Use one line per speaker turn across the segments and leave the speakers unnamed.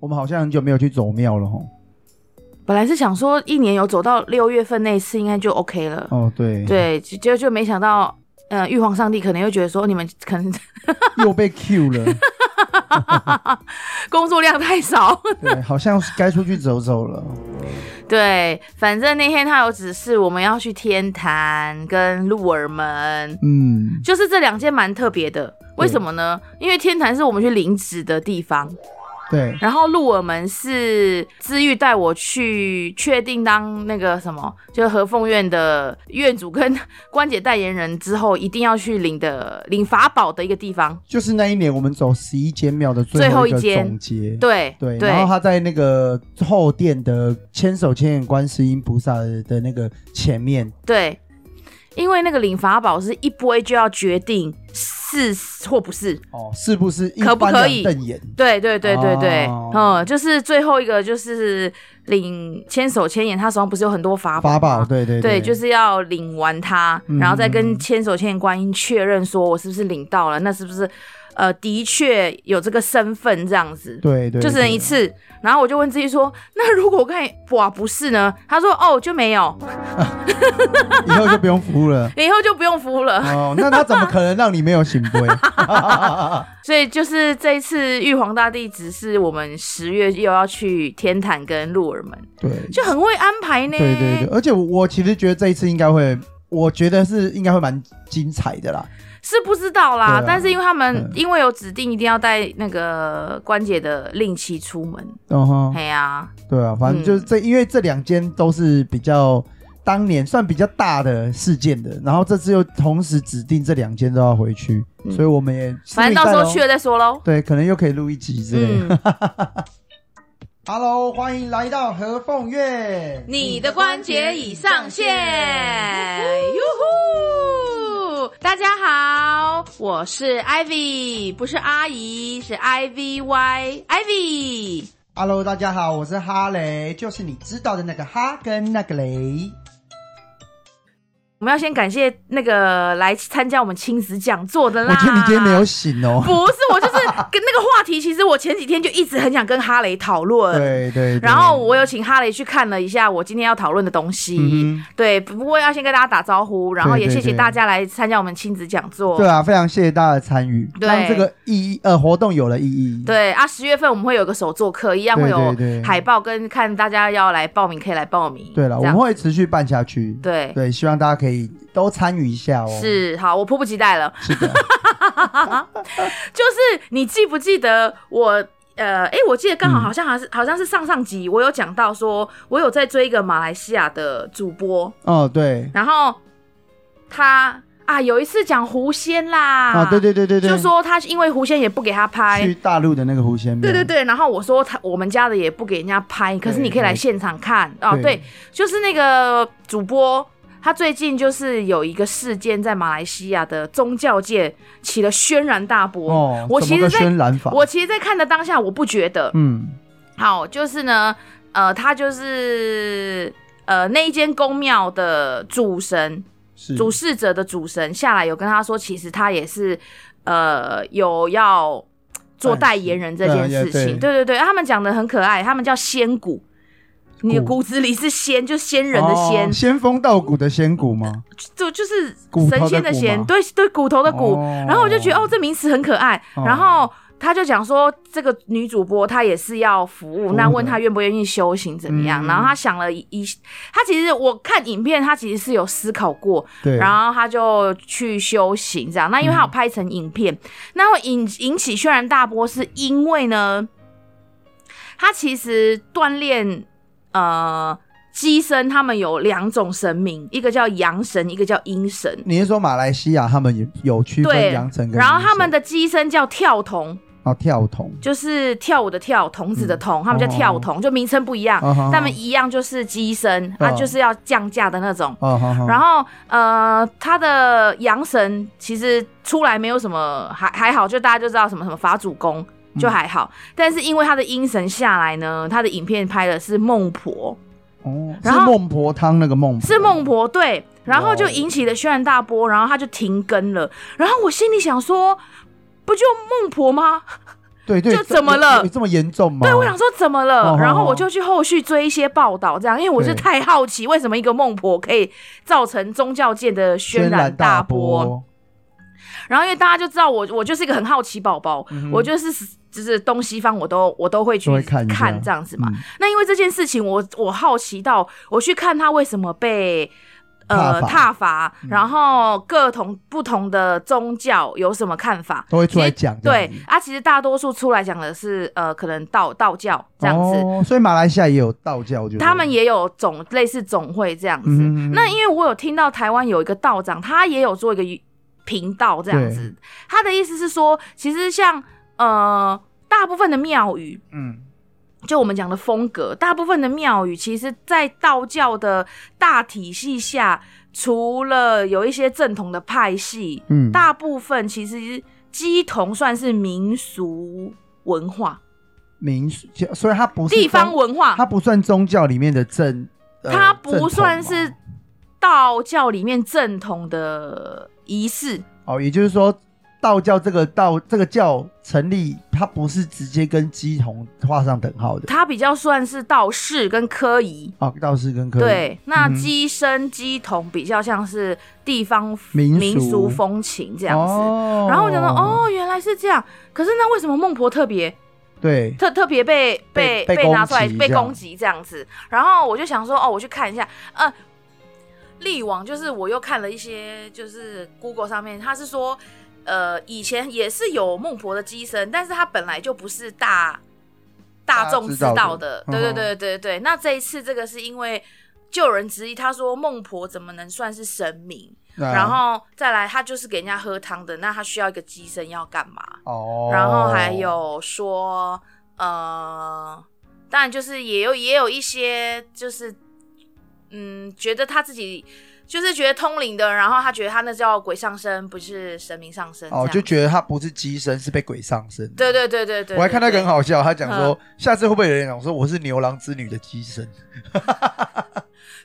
我们好像很久没有去走庙了吼。
本来是想说一年有走到六月份那一次应该就 OK 了，
哦，对，
对，就就就没想到，呃，玉皇上帝可能又觉得说你们可能
又被 Q 了，
工作量太少，
对，好像是该出去走走了。
对，反正那天他有指示我们要去天坛跟鹿耳门，
嗯，
就是这两间蛮特别的。为什么呢？因为天坛是我们去领旨的地方，
对，
然后鹿耳门是知玉带我去确定当那个什么，就是和凤院的院主跟 关姐代言人之后，一定要去领的领法宝的一个地方。
就是那一年我们走十一间庙的最后一个总结。
对
对，然后他在那个后殿的千手千眼观世音菩萨的那个前面，
对，因为那个领法宝是一波就要决定是或不是。
哦，是不是一
可不
般
可
两
以
瞪眼？
对对对对对，
哦
嗯，就是最后一个就是领千手千眼，他手上不是有很多法宝
法
吗
宝，对对
啊对，就是要领完它，
嗯
然后再跟千手千眼观音确认说我是不是领到了，那是不是呃的确有这个身份这样子。
对对，
就只能一
对。
次，然后我就问自己说：“那如果我看哇不是呢？”他说：“哦，就没有，
以后就不用服务了。
以后就不用服了。
哦，那他怎么可能让你没有醒 杯？
所以就是这一次玉皇大帝指示我们十月又要去天坛跟鹿耳门，
对，
就很会安排呢。
对对对，而且我我其实觉得这一次应该会，我觉得是应该会蛮精彩的啦。
是不知道啦，
对啊
但是因为他们
嗯
因为有指定一定要带那个关姐的令旗出门，
嗯哼，
哎呀、
对啊，反正就是
嗯
这，因为这两间都是比较当年算比较大的事件的，然后这次又同时指定这两间都要回去，
嗯
所以我们也
反正到时候去
了，
了再说喽。
对，可能又可以录一集之类的。
嗯，
Hello，欢迎来到和凤月，
你的关节已上线，
嗯
哟呼！大家好，我是 Ivy，不是阿姨，是 I V Y Ivy。
Hello，大家好，我是哈雷，就是你知道的那个哈跟那个雷。
我们要先感谢那个来参加我们亲子讲座的
我
啦。
觉得你今天没有醒哦。
不是，我就是跟那个话题，其实我前几天就一直很想跟哈雷讨论。
对对对。
然后我有请哈雷去看了一下我今天要讨论的东西，
嗯
对，不过要先跟大家打招呼，然后也谢谢大家来参加我们亲子讲座。
哼，对啊，非常谢谢大家的参与，
对
让这个意义呃活动有了意义。
对啊，十月份我们会有个手作课，一样会有
对对对
海报跟看大家要来报名，可以来报名。
对了，我
这样
们会持续办下去。
对
对，希望大家可以都参与一下哦。
是好，我迫不及待了。
是的，
就是你记不记得我？呃，诶，我记得
嗯
刚好好像还是、好像是上上集，我有讲到说，我有在追一个马来西亚的主播，
哦对，
然后他啊有一次讲狐仙啦，
啊对对对对对，
就说他因为狐仙也不给他拍
去，大陆的那个狐仙庙，
对对对，然后我说他我们家的也不给人家拍，可是你可以来现场看哦，
对
对，就是那个主播。他最近就是有一个事件在马来西亚的宗教界起了轩然大波。
哦，
我
怎
其
么个
实在
渲染法，
我其实，在看的当下，我不觉得。
嗯
好，就是呢，呃，他就是呃那一间宫庙的主神，
是
主事者的主神下来有跟他说，其实他也是呃有要做代
哎
言人这件事
对
情。
也对
对对对，他们讲的很可爱，他们叫仙骨。你的
骨
骨子里是仙，就仙人的仙
哦，仙风道骨的仙骨 吗？
就就是
骨头
神
的
仙的
骨
仙，
吗
对对，骨头的骨。
哦
然后我就觉得哦，这名词很可爱。
哦
然后他就讲说，这个女主播她也是要服务，
服务
那
的
问她愿不愿意修行怎么样？
嗯
然后她想了一，一她其实我看影片，她其实是有思考过，
对，
然后她就去修行这样。那因为她有拍成影片，
嗯
那会引引起轩然大波，是因为呢，她其实锻炼呃。机身他们有两种神明，一个叫阳神，一个叫阴神。
你是说马来西亚他们有有区
对
分羊城跟
然后他们
的
的机身叫跳童，
哦跳童，
就是跳舞的跳，童子的童，他们叫跳童，就名称不一样，
嗯哦好
他们一样就是机身，
哦
啊，就是要降价的那种。
哦好好，
然后呃，他的阳神其实出来没有什么，还还好，就大家就知道什么什么法主公
嗯
就还好，但是因为他的阴神下来呢，他的影片拍的是孟婆，
哦是
然后
孟婆汤那个孟婆
是孟婆对，然后就
哇哦
引起了轩然大波，然后他就停更了。然后我心里想说，不就孟婆吗？
对对，
就怎么了
有有这么严重吗？
对，我想说怎么了？
哦
然后我就去后续追一些报道，这样，因为我是
对
太好奇为什么一个孟婆可以造成宗教界的轩然大
大
波。然后因为大家就知道我，我就是一个很好奇宝宝，
嗯
我就是就是东西方我都我都会去
都会看一下
这样子嘛。
嗯
那因为这件事情我，我好奇到我去看他为什么被。呃，
踏嗯
挞伐，然后各同不同的宗教有什么看法？
都会出来
其实
讲这样
对
子
啊，其实大多数出来讲的是呃，可能道道教这样子，
哦，所以马来西亚也有道教，就
他们也有总类似总会这样子。
嗯
那因为我有听到台湾有一个道长，他也有做一个频道这样子，他的意思是说，其实像呃大部分的庙宇，
嗯
就我们讲的风格，大部分的庙宇其实，在道教的大体系下，除了有一些正统的派系，
嗯
大部分其实鸡同算是民俗文化、
民俗，所以它不是
地方
宗，
文化，
它不算宗教里面的正，呃
它不算
正
是
统
道教里面正统的仪式。
嘛哦，也就是说。道教这个道这个教成立，它不是直接跟鸡同画上等号的
它比较算是道士跟科仪。
哦，道士跟科仪，
对，那
嗯哼
鸡生鸡童比较像是地方呃
民俗
俗风情这样子。
哦
然后我想说，哦，原来是这样。可是那为什么孟婆特别
对，
特特别被被
被被攻
拿出来
击
被
这样
攻击这样子？然后我就想说，哦，我去看一下，呃。力王就是我又看了一些，就是 Google 上面，他是说，呃，以前也是有孟婆的机身，但是他本来就不是大大众知
大家
道
知道
的
的，
对对
嗯
对对对对。那这一次这个是因为就有人质疑，他说孟婆怎么能算是神明？
那
然后再来，他就是给人家喝汤的，那他需要一个机身要干嘛？
哦，
然后还有说，呃，当然就是也有也有一些就是，嗯，觉得他自己就是觉得通灵的，然后他觉得他那叫鬼上身，不是神明上身这样，
哦，就觉得他不是鸡身，是被鬼上身。
对对对对对，嗯
我还看到一个很
好，
好笑，他讲说，下次会不会有人讲说我是牛郎织女的鸡身，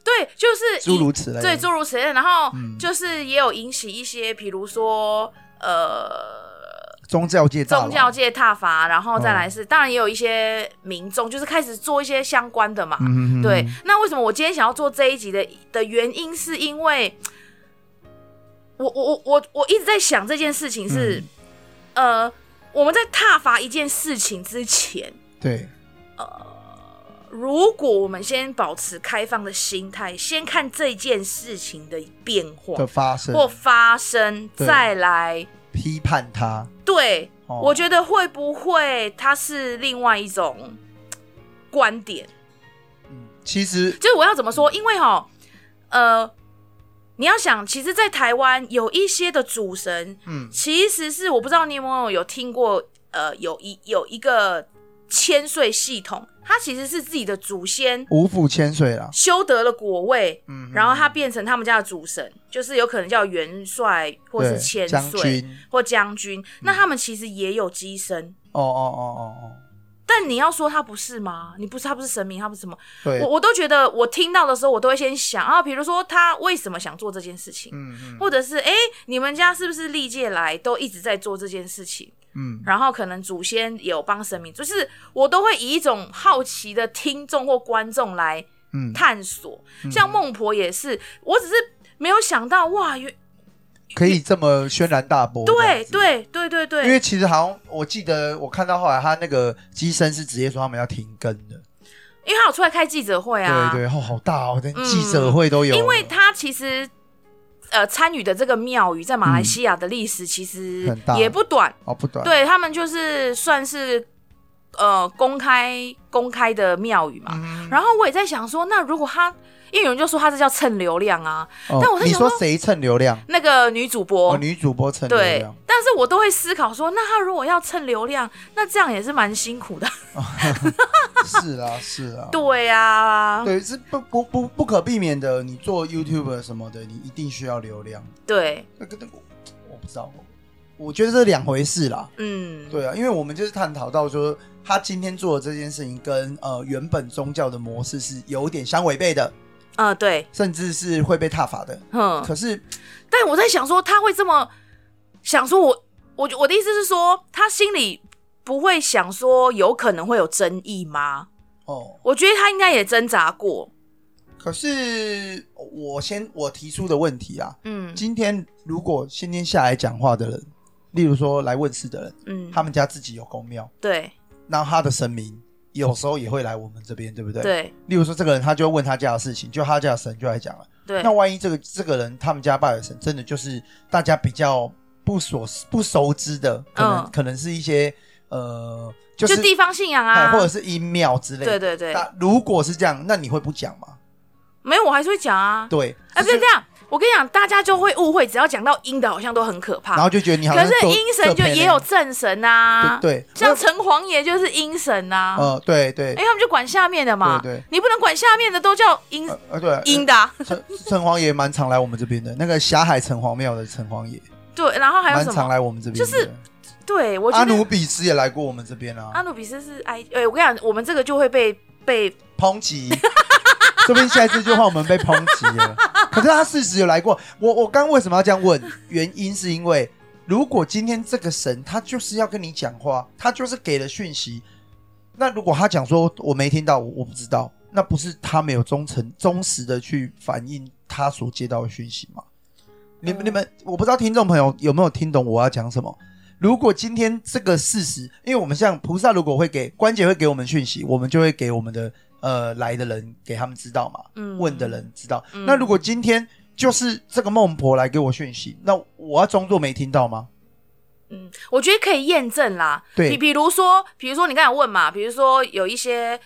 对，就是
诸
以
如此类的。
对，诸如此类。然后
嗯
就是也有引起一些，比如说呃，
宗教界大佬哦
宗教界踏伐，然后再来是，当然也有一些民众就是开始做一些相关的嘛。
嗯嗯
对，那为什么我今天想要做这一集的的原因，是因为我我我我我一直在想这件事情是，
嗯
呃，我们在踏伐一件事情之前，
对，
如果我们先保持开放的心态，先看这件事情的变
的
化
发生
或发生，
对
再来
批判他，
对，
哦
我觉得会不会它是另外一种观点？
嗯其实
就是我要怎么说？因为哈，呃，你要想，其实，在台湾有一些的主神，
嗯
其实是我不知道你有没有有听过，呃，有一有一个千岁系统，它其实是自己的祖先
五府千岁啦，
修得了果位，
嗯哼，
然后他变成他们家的主神，就是有可能叫元帅或是
对
千
将
岁
军，嗯
或将军，那他们其实也有机身。
哦哦哦哦哦，
但你要说他不是吗？你不是他不是神明，他不是什么？
对，
我我都觉得，我听到的时候，我都会先想啊，比如说他为什么想做这件事情，
嗯嗯
或者是哎、诶你们家是不是历届来都一直在做这件事情？
嗯，
然后可能祖先也有帮神明，就是我都会以一种好奇的听众或观众来
嗯，
探索。像孟婆也是，我只是没有想到哇，原
可以这么轩然大波，
对。对对对对，
因为其实好像我记得我看到后来他那个机身是直接说他们要停更的，
因为他有出来开记者会啊，
对对，哦好大哦，连
嗯
记者会都有了，
因为他其实呃参与的这个庙宇在马来西亚的历史其实
很大
也不短，
哦不短，
对他们就是算是呃公开公开的庙宇嘛。
嗯，
然后我也在想说，那如果他，因为有人就说他是叫蹭流量啊，
哦
但我在
你
想说
说谁蹭流量？
那个女主播。
哦，女主播蹭流
对
量，，
但是我都会思考说，那他如果要蹭流量，那这样也是蛮辛苦的。
哦 是啦是啦，
对啊，
对，是不不不不可避免的。你做 YouTuber 什么的，你一定需要流量。
对，
那个那个，我不知道，我觉得这是两回事啦。
嗯，
对啊，因为我们就是探讨到说，他今天做的这件事情跟呃原本宗教的模式是有点相违背的，
呃，对，
甚至是会被踏伐的。
哼，
可是，
但我在想说，他会这么想说我，我我的意思是说，他心里不会想说有可能会有争议吗？
哦，
我觉得他应该也挣扎过。
可是我先我提出的问题啊，
嗯
今天如果先天下来讲话的人，例如说来问事的人，
嗯，
他们家自己有公庙，
对
那他的神明有时候也会来我们这边，对不对？。
对
例如说，这个人他就会问他家的事情，就他家的神就来讲了。
对
那，万一这个这个人他们家拜的神真的就是大家比较不所不熟知的，可能、
嗯
可能是一些呃，就
就是地方信仰
哎
啊，
或者是阴庙之类的。
对对对，
那如果是这样，那你会不讲吗？
没有我还是会讲啊。
对，
哎，不
就是
这样，我跟你讲，大家就会误会，只要讲到阴的，好像都很可怕。
然后就觉得你好
可
像
是
做
阴神就也有正神啊，
对对
像城隍爷就是阴神啊，
呃，对对
因为他们就管下面的嘛，
对对
你不能管下面的都叫阴
呃呃对，
阴的啊、
城城隍爷蛮常来我们这边的，那个霞海城隍庙的城隍爷
对，然后还有
蛮
什
常
么？
来我们这边的，
就是对，我
阿
觉
努
得
比斯也来过我们这边
阿
啊，
努比斯是埃，哎、我跟你讲，我们这个就会被被
抨击。 说不定下一次就换我们被抨击了。 可是他事实有来过。我我刚为什么要这样问？原因是因为，如果今天这个神他就是要跟你讲话，他就是给了讯息。那如果他讲说我没听到，我我不知道，那不是他没有忠诚、忠实的去反映他所接到的讯息吗？你们、
嗯
你们，我不知道听众朋友有没有听懂我要讲什么。如果今天这个事实，因为我们像菩萨，如果会给关节会给我们讯息，我们就会给我们的呃来的人给他们知道嘛，
嗯
问的人知道。
嗯
那如果今天就是这个孟婆来给我讯息，那我要装作没听到吗？
嗯，我觉得可以验证啦。
对
比比如说，比如说你刚才问嘛，比如说有一些，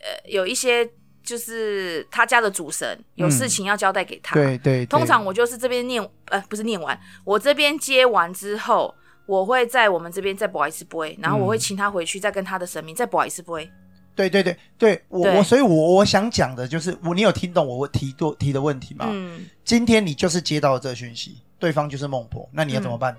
呃，有一些就是他家的主神有事情要交代给他。
嗯对，
啊通常我就是这边念，呃，不是念完，我这边接完之后，我会在我们这边再卜一次杯，然后我会请他回去再跟他的神明再卜一次杯。
对对对对，我
对
我所以我我想讲的就是，我你有听懂我提多提的问题吗？
嗯，
今天你就是接到了这个讯息，对方就是孟婆，那你要怎么
嗯
办？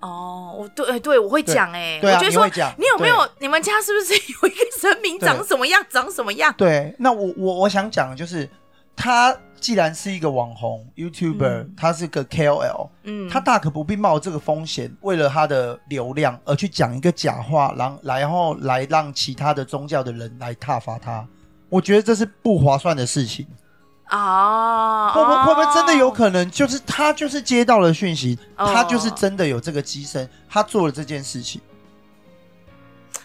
哦，我对哎对，我会讲哎、
对啊
我就
你
说
会讲
你有
对
没有你们家是不是有一个神明长
对
什么样，长什么样？
对，那我我我想讲的就是，他既然是一个网红 YouTuber，、
嗯
他是个 KOL，
嗯，
他大可不必冒这个风险，为了他的流量而去讲一个假话，然后然后来让其他的宗教的人来挞伐他。我觉得这是不划算的事情，
啊，
会不会不会真的有
可？
可能就是他就是接到了讯息，
哦
他就是真的有这个机身，他做了这件事情。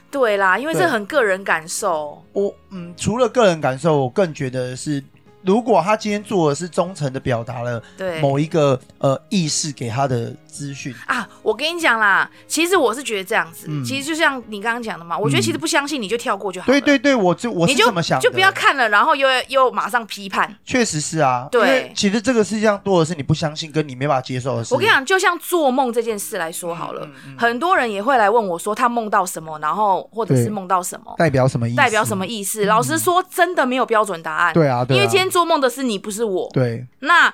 对啦，因为这
对
很个人感受。
我嗯，除了个人感受，我更觉得是，如果他今天做的是忠诚的表达了
对
某一个呃意识给他的资讯，
啊，我跟你讲啦，其实我是觉得这样子，
嗯
其实就像你刚刚讲的嘛，我觉得其实不相信你就跳过就好了。
对对对，我就我
你
是
就
这么想的，
就不要，看了，然后又又马上批判。
确实是啊，
对
因为其实这个世界上多的是你不相信跟你没办法接受的事。
我跟你讲，就像做梦这件事来说好了，
嗯嗯嗯
很多人也会来问我说他梦到什么，然后或者
对
是梦到什么，
代表什么意思？
代表什么？意思。老实说，真的没有标准答案。
嗯对啊，对啊
因为今天做梦的是你，不是我。
对
那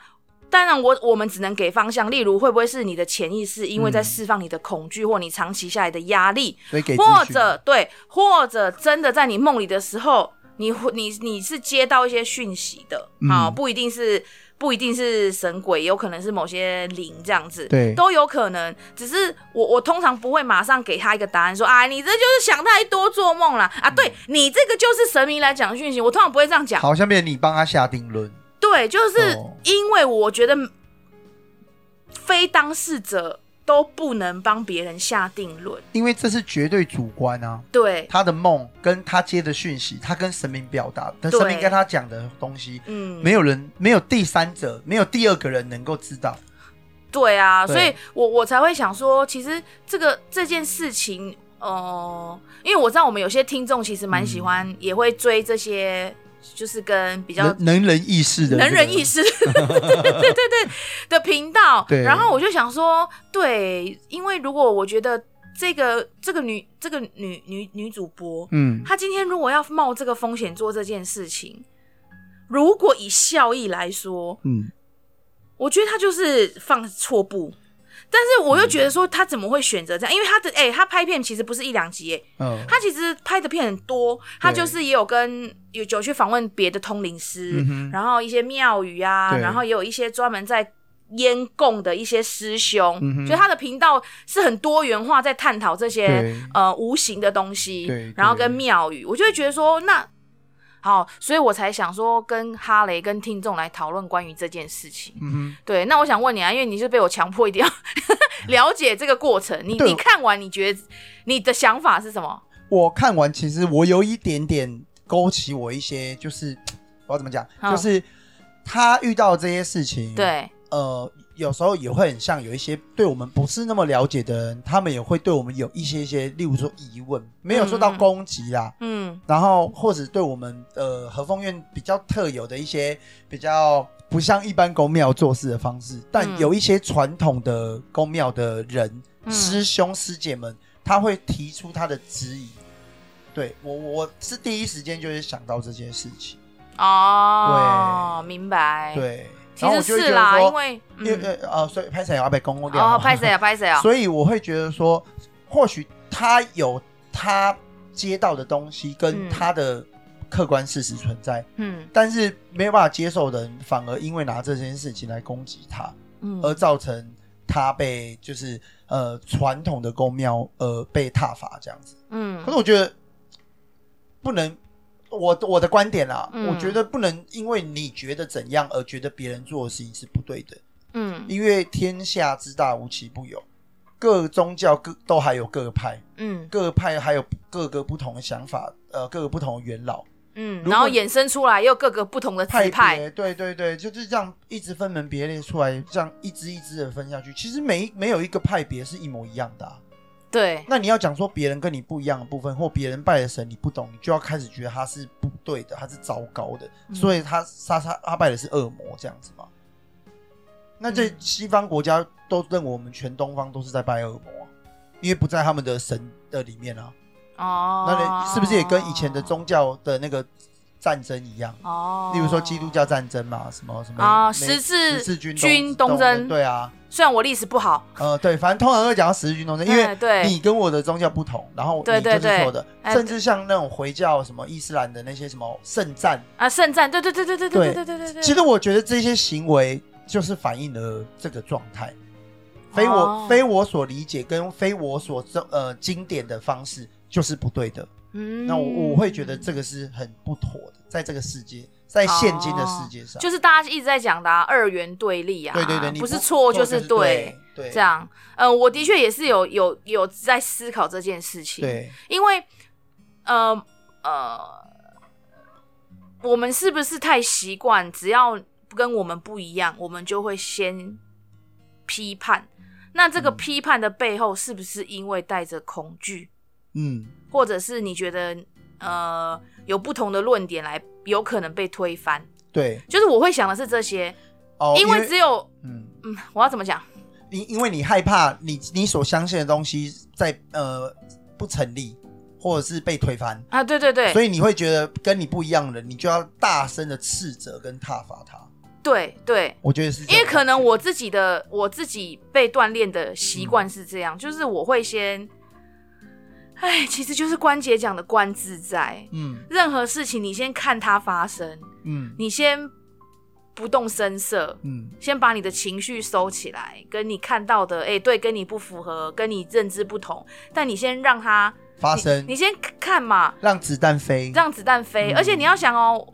当然我，我们只能给方向。例如，会不会是你的潜意识因
嗯
为在释放你的恐惧，或你长期下来的压力，
所以给资讯
或者对，或者真的在你梦里的时候，你会你你是接到一些讯息的
嗯
啊、不一定是不一定是神鬼，有可能是某些灵这样子，
对
都有可能。只是我我通常不会马上给他一个答案说，啊，你这就是想太多做梦啦，啊，
嗯
对你这个就是神明来讲讯息，我通常不会这样讲。
好，下面你帮他下定论。
对，就是
哦
因为我觉得非当事者都不能帮别人下定论，
因为这是绝对主观啊，
对，
他的梦跟他接的讯息，他跟神明表达，跟
对
神明跟他讲的东西，
嗯，
没有人，没有第三者，没有第二个人能够知道。
对啊，
对
所以我我才会想说，其实这个这件事情，呃，因为我知道我们有些听众其实蛮喜欢，也会追这些，就是跟比较
能能人异士的这个
能人异士，对对对对的频道。
对
然后我就想说，对，因为如果我觉得这个这个女这个女女女主播，
嗯，
她今天如果要冒这个风险做这件事情，如果以效益来说，
嗯，
我觉得他就是放错步，但是我又觉得说他怎么会选择这样？因为他的哎、他拍片其实不是一两集、哎，
嗯，
他其实拍的片很多，他
对
就是也有跟有有去访问别的通灵师，
嗯哼
然后一些庙宇啊，
对
然后也有一些专门在阉共的一些师兄，
嗯哼
所以他的频道是很多元化，在探讨这些
对
呃无形的东西
对，
然后
对
跟庙宇，我就会觉得说那。好，所以我才想说跟哈雷跟听众来讨论关于这件事情。
嗯
对，那我想问你啊，因为你是被我强迫一定要 了解这个过程，你
对嗯
你看完你觉得你的想法是什么？
哼，我看完其实我有一点点勾起我一些，就是我要怎么讲，
嗯
就是他遇到这些事情，，
对，
呃，有时候也会很像有一些对我们不是那么了解的人，他们也会对我们有一些一些，例如说疑问，没有说到
嗯嗯
攻击啦，
嗯
然后或者对我们呃和风院比较特有的一些比较不像一般公庙做事的方式，但
嗯
有一些传统的公庙的人、
嗯
师兄师姐们，他会提出他的质疑。对我，我是第一时间就是想到这件事情。
哦，明白。，
对，
其
然后
实
我就会
是
觉
啦，
得
因
说，
为
因为
嗯，
呃呃，所以拍谁要被公公掉
哦，
嘛，
拍谁啊，拍谁啊？
所以我会觉得说，或许他有他接到的东西跟
嗯
他的客观事实存在。
嗯
但是没有办法接受的人，反而因为拿这件事情来攻击他，
嗯，
而造成他被就是呃传统的公庙呃被踏伐这样子。
嗯
可是我觉得不能，我我的观点啦，
嗯
我觉得不能因为你觉得怎样而觉得别人做的事情是不对的，
嗯
因为天下之大无奇不有，各宗教各都还有各派，
嗯
各派还有各个不同的想法，呃，各个不同的元老。
嗯，
如
然后
果
衍生出来又各个不同的
派
支派，
别，对对对，就是这样一直分门别类出来，这样一支一支的分下去。其实没没有一个派别是一模一样的、啊。
对，
那你要讲说别人跟你不一样的部分，或别人拜的神你不懂，你就要开始觉得他是不对的，他是糟糕的，
嗯
所以他杀他他拜的是恶魔这样子嘛。那这
嗯
西方国家都认为我们全东方都是在拜恶魔啊、因为不在他们的神的里面啊。
哦，
那你是不是也跟以前的宗教的那个战争一样？
哦，
例如说基督教战争嘛，什么什么
啊
美
十字
十字军
军
东
东征
对啊，
虽然我历史不好，
呃，对，反正通常都会讲到十字军东征，因
哎
为
对
你跟我的宗教不同，然后
对
你就是
对对
错的，
哎
甚至像那种回教什么伊斯兰的那些什么圣战，
啊，圣战，对对对对对对对
对
对对对，
其实我觉得这些行为就是反映了这个状态。非我、
哦
非我所理解跟非我所这呃经典的方式就是不对的，
嗯
那我我会觉得这个是很不妥的，在这个世界，在现今的
哦
世界上，
就是大家一直在讲的、啊、二元对立啊，
对对对，你
不是错
就是对，对，
这样，呃，我的确也是有有有在思考这件事情，，
对，
因为，呃呃，我们是不是太习惯，只要跟我们不一样，我们就会先批判？那这个
嗯
批判的背后，是不是因为带着恐惧？
嗯，
或者是你觉得呃有不同的论点来有可能被推翻，
对，
就是我会想的是这些，
哦，
因为只有
嗯，
嗯，我要怎么讲？
你因为你害怕你你所相信的东西在呃不成立，或者是被推翻，
啊，对对对，
所以你会觉得跟你不一样的人，你就要大声的斥责跟挞伐他。
对对，
我觉得是这种感觉，
因为可能我自己的我自己被锻炼的习惯是这样，就是我会先，哎，其实就是关节讲的观自在，
嗯
任何事情你先看它发生，
嗯
你先不动声色，
嗯
先把你的情绪收起来，跟你看到的，哎、对，跟你不符合，跟你认知不同，但你先让它
发
你
生
你，先看嘛，
让子弹飞，
让子弹飞。
嗯
而且你要想哦，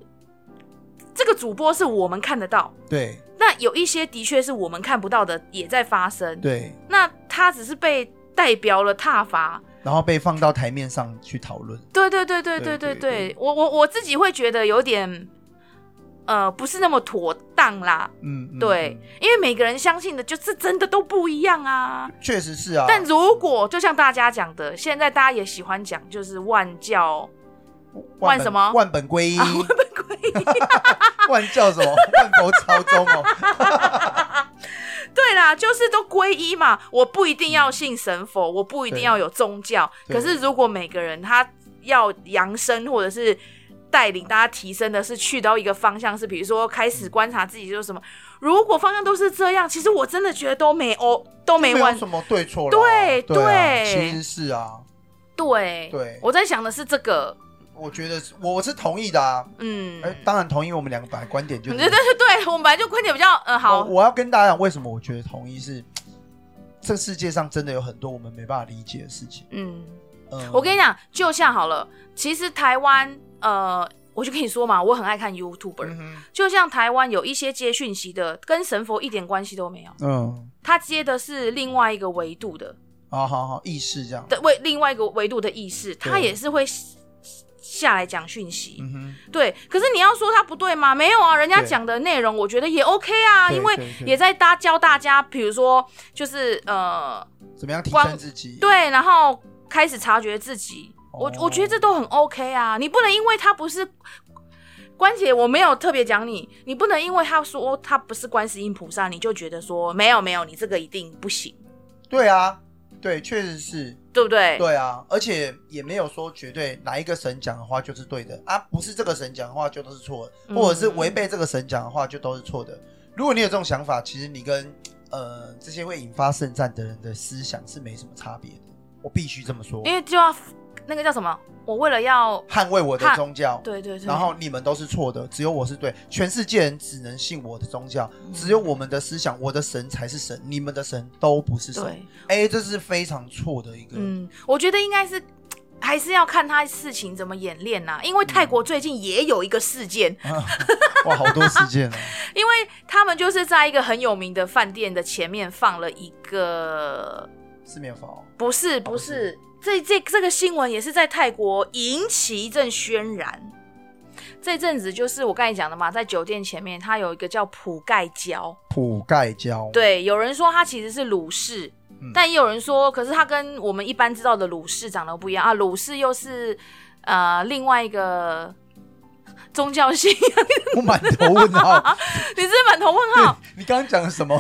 这个主播是我们看得到，
对
那有一些的确是我们看不到的也在发生。
对，
那他只是被代表了踏伐。
然后被放到台面上去讨论。
对对对对对
对
对
对
对，我我我自己会觉得有点，呃，不是那么妥当啦。
嗯，嗯
对，，因为每个人相信的就是真的都不一样啊。
嗯确实是啊。
但如果就像大家讲的，现在大家也喜欢讲，就是万教万
本
什么
万本归一，
啊，万本归一。
万教什么？万佛朝宗哦。
对啦，就是都皈依嘛。我不一定要信神佛，我不一定
对
要有宗教。
嗯对
可是如果每个人他要扬升或者是带领大家提升的是去到一个方向，是比如说开始观察自己就是什么。如果方向都是这样，其实我真的觉得都没哦，都 没
没
完
有。什么对错啦
对
对啊，
对
其实是啊，
对，
对
我在想的是这个。
我觉得是我是同意的啊，
嗯，
哎、当然同意我们两个本来观点就
对
是
对对对，我们本来就观点比较呃好，
我我要跟大家讲，为什么我觉得同意是，这世界上真的有很多我们没办法理解的事情。
嗯，
嗯，
我跟你
讲，
讲，就像好了，其实台湾呃，我就跟你说嘛，我很爱看 YouTuber，、
嗯哼
就像台湾有一些接讯息的，跟神佛一点关系都没有，
嗯，
他接的是另外一个维度的
好好好，意识这样，
的为另外一个维度的意识，他
对
也是会下下来讲讯息。
嗯哼，
对，可是你要说他不对吗？没有啊，人家
对
讲的内容我觉得也 OK 啊，
对
因为
对对
也在大教大家，比如说就是呃，
怎么样提
光
升自己？，
对，然后开始察觉自己，我
哦
我觉得这都很 OK 啊，你不能因为他不是。关姐，我没有特别讲你，你不能因为他说他不是观世音菩萨，你就觉得说没有没有，你这个一定不行，
对啊，对，确实是，
对不对？
对啊，而且也没有说绝对哪一个神讲的话就是对的啊，不是这个神讲的话就都是错的，
嗯
或者是违背这个神讲的话就都是错的。如果你有这种想法，其实你跟呃这些会引发圣战的人的思想是没什么差别的。我必须这么说，
因为就要那个叫什么，我为了要，
捍卫我的
捍
宗教，
对对对，
然后你们都是错的，只有我是对，全世界人只能信我的宗教，
嗯
只有我们的思想，我的神才是神，你们的神都不是神。
对，
哎，这是非常错的一个。
嗯，我觉得应该是还是要看他事情怎么演练呐、因为泰国最近也有一个事件，
哇，好多事件啊！
因为他们就是在一个很有名的饭店的前面放了一个，
四面佛，
不是不是，这这这个新闻也是在泰国引起一阵轩然。这阵子就是我刚才讲的嘛，在酒店前面，它有一个叫普盖礁，
普盖胶，，
对，有人说它其实是鲁氏，
嗯
但也有人说，可是它跟我们一般知道的鲁氏长得不一样啊。鲁氏又是呃另外一个宗教性， 你
我满头问 号。
是满头问号。
你刚刚讲的什么？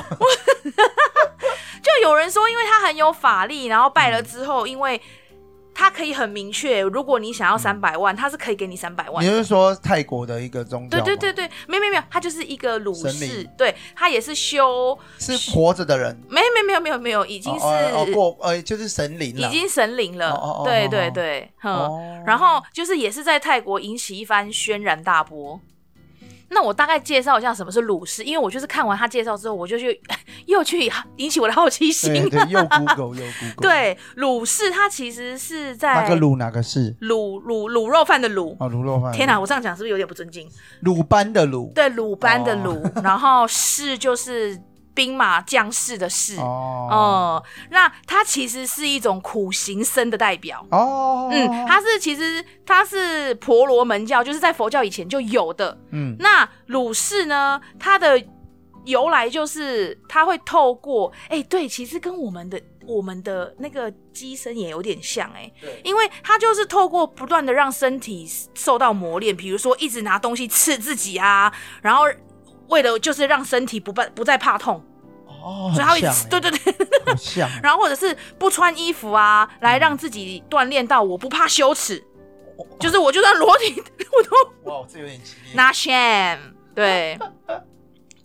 就有人说，因为他很有法力，然后拜了之后，因为他可以很明确，如果你想要
嗯
三百万，他是可以给你三百万
你
的。
是说泰国的一个宗教
对
吗？
对对对，没有没有没有，他就是一个鲁
神
氏
明，
对他也是修，
是活着的人，
没没没有没有没有，已经
哦
是、
哦哦过呃就是神灵
已
了。
经神灵了，
哦哦哦
对
哦
对
哦
对，哼。
哦
然后就是也是在泰国引起一番轩然大波。那我大概介绍一下什么是鲁氏，因为我就是看完他介绍之后，我就去 又去引起我的好奇心。
对对，又 Google 又 Google，，
对鲁氏它其实是
哪
在
个卤哪个是？
卤卤卤肉饭的卤。
哦，卤肉饭。
天哪，，我这样讲是不是有点不尊敬？
鲁班的鲁。
对，鲁班的
哦
鲁， 然后士就是兵马将士的士。哦、
哦
那它其实是一种苦行僧的代表。
哦，
嗯，它是其实它是婆罗门教，就是在佛教以前就有的。
嗯
那鲁氏呢，它的由来就是它会透过，哎、对，其实跟我们的我们的那个机身也有点像、哎，
对
因为它就是透过不断的让身体受到磨练，比如说一直拿东西刺自己啊，然后为了就是让身体不怕不再怕痛，
哦，
所以它会
很像
刺
欸
对对对，
好像欸
然后或者是不穿衣服啊，来让自己锻炼到我不怕羞耻，
哦
就是我就算裸体 我都
哇，这有点激烈。
not shame，对。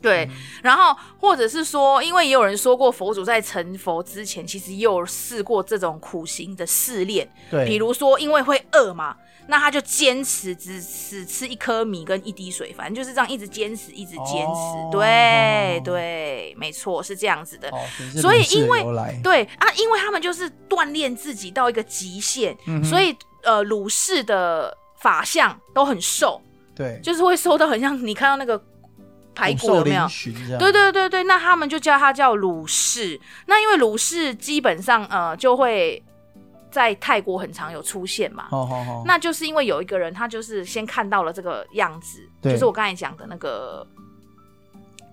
对，然后或者是说，因为也有人说过，佛祖在成佛之前，其实也有试过这种苦行的试炼，
对，
比如说因为会饿嘛，那他就坚持只只吃一颗米跟一滴水，反正就是这样一直坚持，一直坚持，
哦
对对，没错，是这样子的。
哦，真是
所以
鲁氏
因为
由来
对啊，因为他们就是锻炼自己到一个极限，
嗯哼
所以呃，鲁氏的法相都很瘦，
对
就是会瘦到很像你看到那个排骨有没有？？对
对，
对对对，那他们就叫它叫鲁氏。那因为鲁氏基本上呃就会在泰国很常有出现嘛，
好好好，
那就是因为有一个人他就是先看到了这个样子，
对
就是我刚才讲的那个，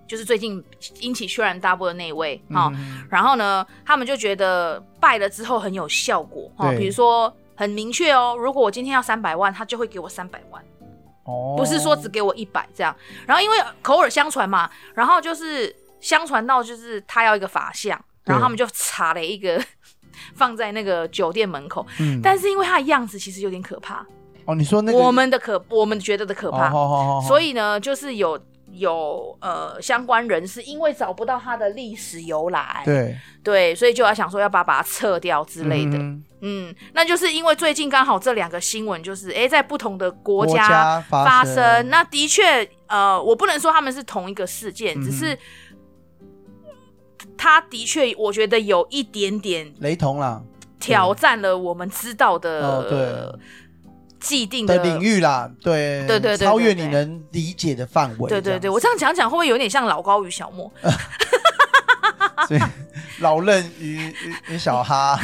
就是最近引起轩然大波的那一位啊。哦
嗯
然后呢，他们就觉得拜了之后很有效果哦，
对
比如说很明确哦，如果我今天要三百万，他就会给我三百万，
哦，
不是说只给我一百这样。然后因为口耳相传嘛，然后就是相传到就是他要一个法相，然后
对
他们就查了一个 放在那个酒店门口，
嗯，
但是因为他的样子其实有点可怕，
哦，你说那个
我们的可我们觉得的可怕，
哦好好好好
所以呢，就是有有呃相关人士，因为找不到它的历史由来，
对
对所以就要想说要把把它撤掉之类的。嗯
嗯
那就是因为最近刚好这两个新闻就是诶，在不同的国
国
家
家
发
发
生。
生
那的确，呃，我不能说他们是同一个事件，
嗯哼
只是他的确，我觉得有一点点
雷同啦，
挑战了我们知道
哦
的既定
的
的
领。域啦，对
对对对对
超越你
对
能理解的范围。
对对
这
对，
样
我这样讲讲会不会有点像老高与小莫？
所以 老任与与与小 哈，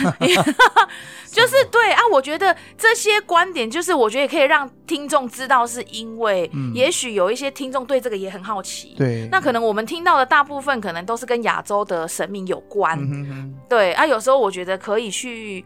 就是对啊，我觉得这些观点，就是我觉得也可以让听众知道，是因为
嗯
也许有一些听众对这个也很好奇。
对，
那可能我们听到的大部分可能都是跟亚洲的神明有关，
嗯哼哼，
对啊，有时候我觉得可以去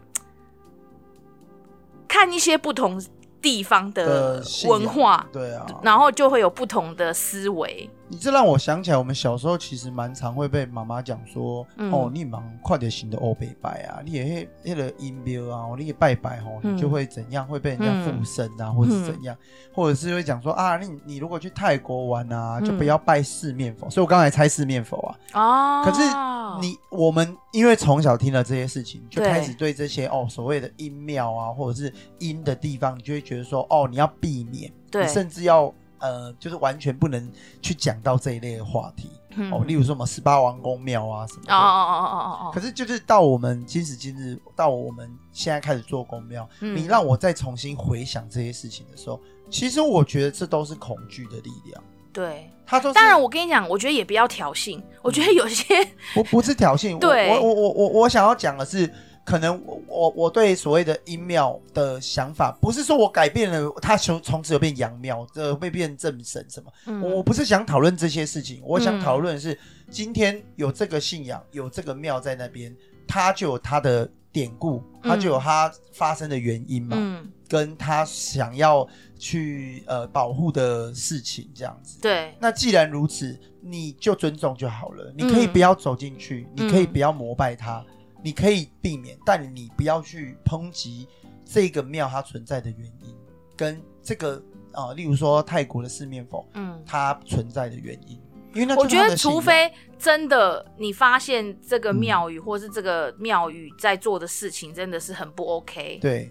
看一些不同地方的
的信仰
文化，
对啊，
然后就会有不同的思维。
你这让我想起来，我们小时候其实蛮常会被妈妈讲说，
嗯
哦，你忙快点行的欧北拜啊，你也那那个音标啊，你也拜拜吼，
嗯
你就会怎样，会被人家附身啊，或者是怎样，或者是会讲说啊，你你如果去泰国玩啊，
嗯
就不要拜四面佛。所以我刚才猜四面佛啊，
哦，
可是你我们因为从小听了这些事情，就
对
开始对这些哦所谓的阴庙啊，或者是阴的地方，你就会觉得说哦你要避免，
对
你甚至要呃就是完全不能去讲到这一类的话题、
嗯
哦，例如说什么十八王公庙啊什么的。
哦哦哦哦哦
可
哦，
是就是到我们今时今日，到我们现在开始做公庙，
嗯
你让我再重新回想这些事情的时候，其实我觉得这都是恐惧的力量。
对。
它都是嗯
当然，我跟你讲，我觉得也不要挑衅。我觉得有些，
不不是挑衅，我
对
我我我我我想要讲的是，可能我我我对所谓的阴庙的想法，不是说我改变了，它从从此有变阳庙，这会变正神什么，
嗯
我我不是想讨论这些事情，我想
嗯
讨论的是、今天有这个信仰，有这个庙在那边，它就有它的典故，它就有它发生的原因嘛，
嗯，
跟它想要去呃保护的事情这样子。
对，
那既然如此，你就尊重就好了。你可以
嗯
不要走进去，你可以
嗯
不要膜拜它，你可以避免，但你不要去抨击这个庙它存在的原因，跟这个呃，例如说泰国的四面佛
嗯，
它存在的原因，因为那
我
就是
觉
它
得
的信仰嗯
除非真的你发现这个庙宇或是这个庙宇在做的事情真的是很不 OK，
对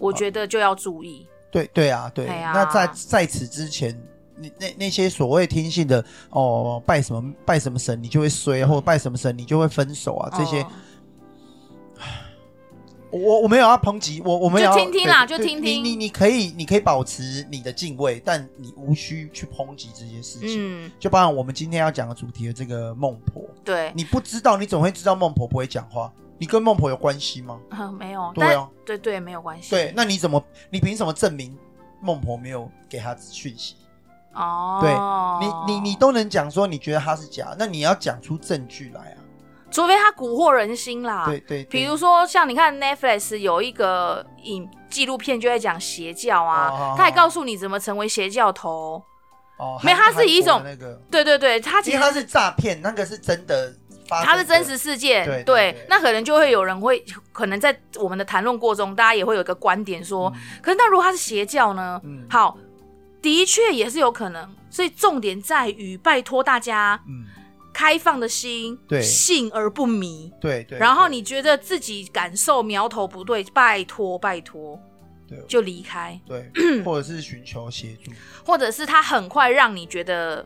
我觉得就要注意。
对对啊，对。
哎呀
那在在此之前。你那那些所谓听信的哦，拜什么拜什么神，你就会衰，或者拜什么神你就会分手啊，这些、
哦
我我没有要抨击，我我没有要
就听听啦
对
就听
对
听
你你你可以你可以保持你的敬畏，但你无需去抨击这些事情。
嗯，
就包含我们今天要讲的主题的这个孟婆，
对，
你不知道，你总会知道孟婆不会讲话。你跟孟婆有关系吗？
嗯，没有，
对啊
但对对，没有关系。
对，那你怎么你凭什么证明孟婆没有给她讯息？
哦，
你你你，都能讲说你觉得她是假，那你要讲出证据来啊！
除非他蛊惑人心啦。
对对，对
啊比如说像你看 Netflix 有一个影纪录片，就在讲邪教啊
哦，
他还告诉你怎么成为邪教头。
哦，
没有
韩
它是一种
韩国的那个，
对对对，他其
因为
实
它是诈骗，那个是真的发生的，
它是真实事件，
对对对
那可能就会有人会，可能在我们的谈论过程中，大家也会有一个观点说，
嗯
可是那如果它是邪教呢？
嗯
好，的确也是有可能，所以重点在于拜托大家
嗯，
开放的心，
对
信而不迷。
对对。
然后
对
你觉得自己感受苗头不对，拜托拜托
对，
就离开，
对，或者是寻求协助。
或者是他很快让你觉得，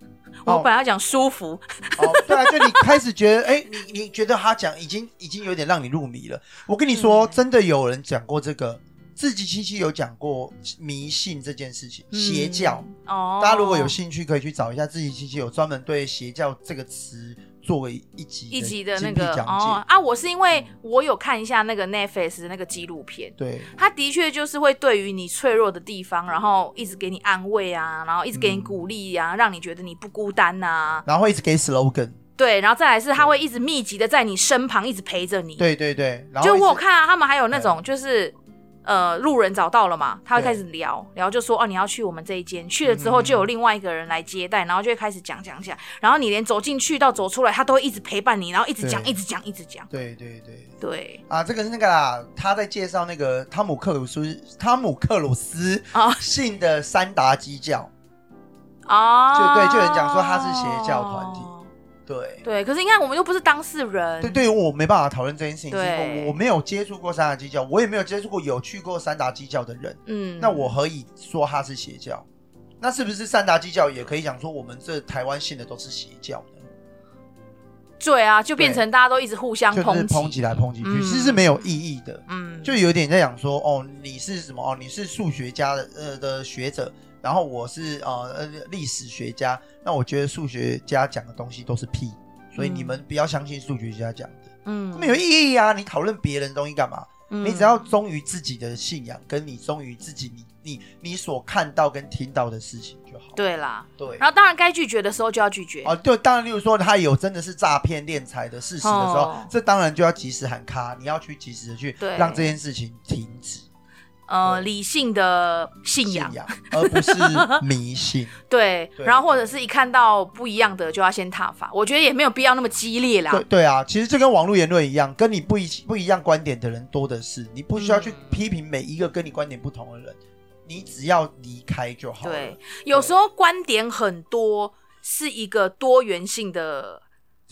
哦
我本来要讲舒服，
哦，对啊，就你开始觉得，哎、你你觉得他讲已经已经有点让你入迷了。我跟你说，
嗯
真的有人讲过这个，自己七七有讲过迷信这件事情，邪教。
嗯哦，
大家如果有兴趣，可以去找一下自己七七有专门对邪教这个词作为一集
一集的那
精辟
个
讲解。
哦啊，我是因为我有看一下那个 Netflix 的那个纪录片，
对，
它的确就是会对于你脆弱的地方，然后一直给你安慰啊，然后一直给你
嗯
鼓励啊，让你觉得你不孤单啊呐、
然后会一直给 slogan。
对，然后再来是它会一直密集的在你身旁一直陪着你。，
对对对，然后
就
一直嗯
我有看啊，他们还有那种就是。呃，路人找到了嘛，他会
对
开始聊，然后就说哦，你要去我们这一间，去了之后
嗯
就有另外一个人来接待，然后就会开始讲讲讲，然后你连走进去到走出来，他都会一直陪伴你，然后一直讲，
对
一直讲，一直讲，
对对对。
对，
啊，这个是那个啦，他在介绍那个汤姆克鲁斯，汤姆克鲁斯
啊
信的三达基教，
哦，
就对就有人讲说他是邪教团体对，
对，可是你看，我们又不是当事人，
对，对于我没办法讨论这件事情，是因为
对
我我没有接触过三打基教，我也没有接触过有去过三打基教的人，
嗯，
那我何以说他是邪教？那是不是三打基教也可以讲说我们这台湾信的都是邪教呢？
对啊，就变成大家都一直互相
就是
抨击，
抨击来抨击去，
嗯
其实是没有意义的。
嗯，
就有点在讲说，哦，你是什么？哦，你是数学家的呃的学者，然后我是呃呃历史学家。那我觉得数学家讲的东西都是屁，所以
嗯
你们不要相信数学家讲的，
嗯
没有意义啊！你讨论别人的东西干嘛？
嗯
你只要忠于自己的信仰，跟你忠于自己你你你所看到跟听到的事情就好。
对啦，
对
然后当然该拒绝的时候就要拒绝，
哦，对，当然，例如说他有真的是诈骗敛财的事实的时候，
哦
这当然就要及时喊卡，你要去及时的去
对
让这件事情停止。
呃，
对
理性的信
信
仰，
仰，而不是迷 信。
对，
对
然后或者是一看到不一样的就要先踏法，我觉得也没有必要那么激烈啦
对，对啊，其实就跟网络言论一样，跟你不一不一样观点的人多的是，你不需要去
嗯
批评每一个跟你观点不同的人，你只要离开就好了。
对，有时候观点很多是一个多元性的，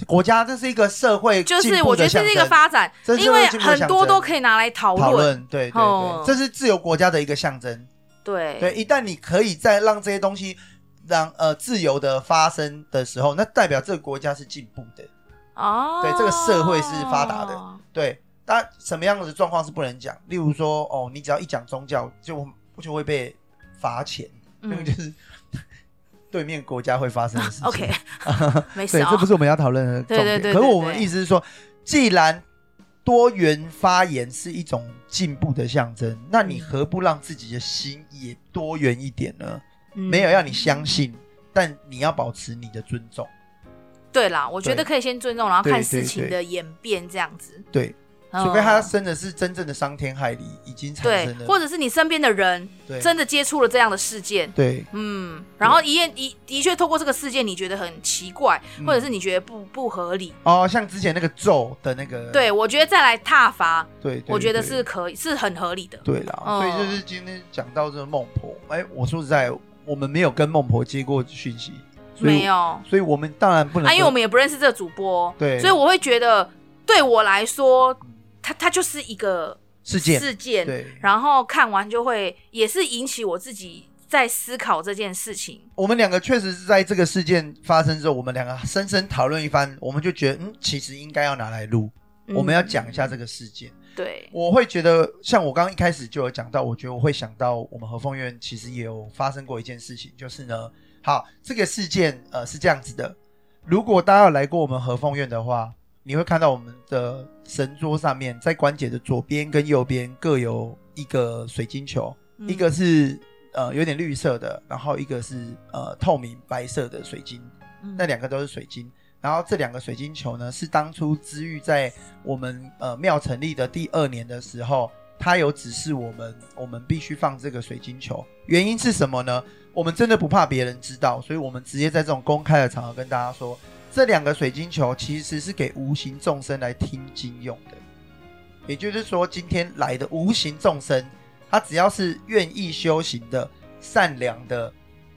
国家这是一个社会进
就
步的象征，
是我觉得这是一个发展，
这是
因为
进步的象征
很多都可以拿来讨
讨
论，
论，对对
哦
对，这是自由国家的一个象征。
对
对，一旦你可以再让这些东西让呃自由的发生的时候，那代表这个国家是进步的。
哦，
对这个社会是发达的对，但什么样的状况是不能讲？例如说，哦，你只要一讲宗教，就就会被罚钱，那个
嗯
就是 对面国家会发生的事情。
，OK，没事
对，
啊，
这不是我们要讨论的重
对对
点。
对对
可是我们
对
意思是说，既然多元发言是一种进步的象征，那你
嗯
何不让自己的心也多元一点呢？
嗯
没有让你相信，但你要保持你的尊重。
对啦，我觉得
对
可以先尊重，然后看
对对
事情
对
的演变这样子。
对，
嗯
除非他真的是真正的伤天害理，已经产
对
生，了，
或者是你身边的人
对
真的接触了这样的事件，
对。
嗯，然后一验一的确透过这个事件，你觉得很奇怪，
嗯
或者是你觉得不不合理，
哦，像之前那个咒的那个，
对我觉得再来踏伐，
对，对
我觉得
对
是可以，是很合理的。
对啦。
嗯
所以就是今天讲到这个孟婆，哎，我说实在，我们没有跟孟婆接过讯息，所以
没有，啊，
所以我们当然不能说，
因为我们也不认识这个主播，
对
所以我会觉得对我来说，它它就是一个
事件，
事件，
对，
然后看完就会也是引起我自己在思考这件事情。
我们两个确实是在这个事件发生之后，我们两个深深讨论一番，我们就觉得，嗯，其实应该要拿来录，
嗯
我们要讲一下这个事件。
对，
我会觉得，像我刚刚一开始就有讲到，我觉得我会想到我们和风院其实也有发生过一件事情，就是呢，好，这个事件呃是这样子的，如果大家有来过我们和风院的话，你会看到我们的神桌上面，在关节的左边跟右边各有一个水晶球，
嗯
一个是呃有点绿色的，然后一个是呃透明白色的水晶，
嗯
那两个都是水晶。然后这两个水晶球呢，是当初知玉在我们呃庙成立的第二年的时候，他有指示我们，我们必须放这个水晶球。原因是什么呢？我们真的不怕别人知道，所以我们直接在这种公开的场合跟大家说，这两个水晶球其实是给无形众生来听经用的。也就是说，今天来的无形众生，他只要是愿意修行的、善良的，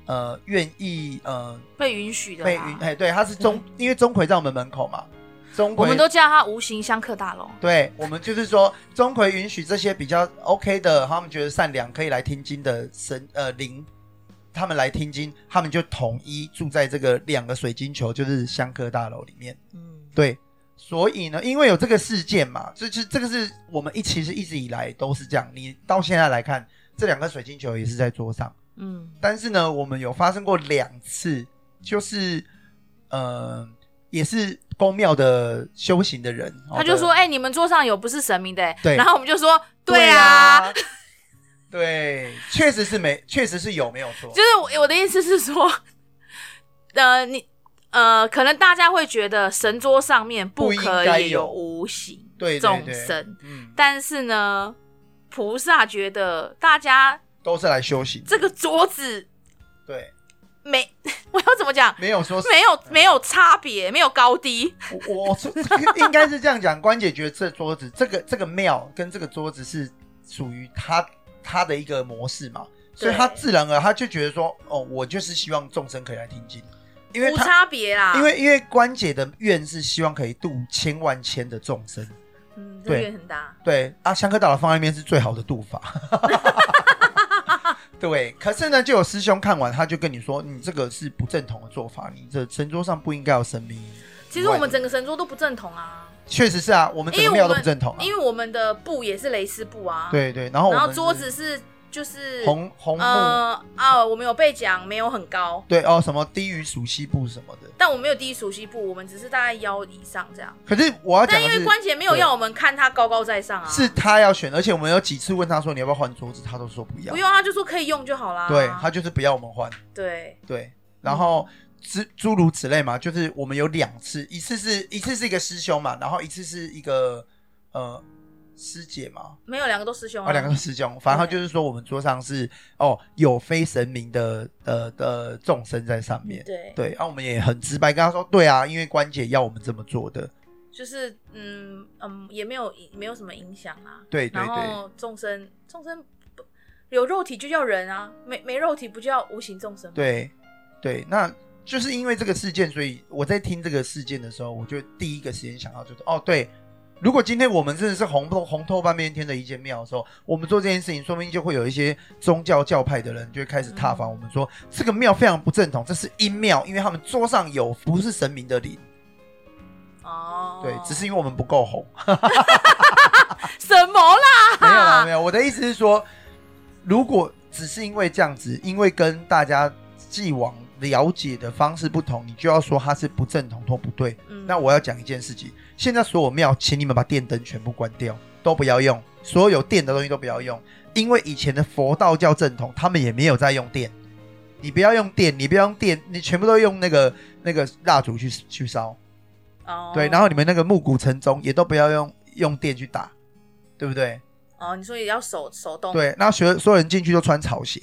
呃，愿意呃
被允许的啦，嗯
被允哎，对，他是钟，因为钟馗在我们门口嘛，钟馗
我们都叫它无形相克大楼。
对，我们就是说钟馗允许这些比较 OK 的，他们觉得善良可以来听经的神呃灵，他们来听经，他们就统一住在这个两个水晶球，就是香客大楼里面。
嗯，
对，所以呢，因为有这个事件嘛，就是这个是我们一其实一直以来都是这样，你到现在来看，这两个水晶球也是在桌上。
嗯
但是呢，我们有发生过两次，就是呃，也是宫庙的修行的人，
他就说：“
哦
哎、你们桌上有不是神明的、欸？”
对
然后我们就说：“
对
对啊。
啊， 对，确实是没，确实是有没有错，
就是我我的意思是说，呃，你呃，可能大家会觉得神桌上面不
不应该
可以
有
无形
对对
众
对
生，
嗯，
但是呢，菩萨觉得大家
都是来修行，
这个桌子
对，
没， 我要怎么讲？
没有说是
没有没有差别，没有高低。
我我应该 是这样讲，关姐觉得这桌子，这个这个庙跟这个桌子是属于他他的一个模式嘛。所以他自然而然他就觉得说，哦，我就是希望众生可以来听经，因为
无
他
差别啦，
因为因为关姐的愿是希望可以度千万千的众生，
嗯，这
对
个很大，
对啊，香科岛的方案面是最好的度 法。对，可是呢，就有师兄看完，他就跟你说，你这个是不正统的做法，你这神桌上不应该有神明。
其实我们整个神桌都不正统啊，
确实是啊，我们整
因为
个庙
我们
都不正统啊
因。为我们的布也是蕾丝布啊，，
对对，然后我
然
们
后桌
是
子是就是
红红木，
呃啊，我们有被讲没有很高，
对哦，什么低于熟悉部什么的。
但我没有低于熟悉部，我们只是大概腰以上这样。
可是我要
但
讲
因
的
为
是，
关节没有
对
要我们看他高高在上啊，
是他要选，而且我们有几次问他说你要不要换桌子，他都说不要。
不用啊，他啊就说可以用就好啦。
对他就是不要我们换。
对
对，然后之诸如此类嘛，就是我们有两次，一次是一次是一个师兄嘛，然后一次是一个呃师姐嘛，
没有两个都师兄
啊，两个都师兄，反正他就是说我们桌上是哦有非神明的呃的众生在上面。
对
对，啊然、后我们也很直白跟他说，对啊，因为关姐要我们这么做的，
就是嗯嗯，也没有没有什么影响啊。
对对
然
对，
后众生众生不有肉体就叫人啊，没没肉体不叫无形众生吗？
对对，那就是因为这个事件，所以我在听这个事件的时候，我就第一个时间想到就是，哦，对，如果今天我们真的是红透红透半边天的一间庙的时候，我们做这件事情，说不定就会有一些宗教教派的人就会开始踏伐我们说，这个庙非常不正统，这是阴庙，因为他们桌上有不是神明的灵，
哦，
对，只是因为我们不够红。
什么啦？
没有啦，没有。我的意思是说，如果只是因为这样子，因为跟大家既往了解的方式不同，你就要说它是不正统或不对。
嗯
那我要讲一件事情，现在所有庙，请你们把电灯全部关掉，都不要用，所有有电的东西都不要用，因为以前的佛道教正统，他们也没有在用电。你不要用电，你不要用电，你全部都用那个那个蜡烛去去烧，
哦
对。然后你们那个暮鼓晨钟也都不要用用电去打，对不对？
哦，你说也要手手动，，
对，那学所有人进去都穿草鞋，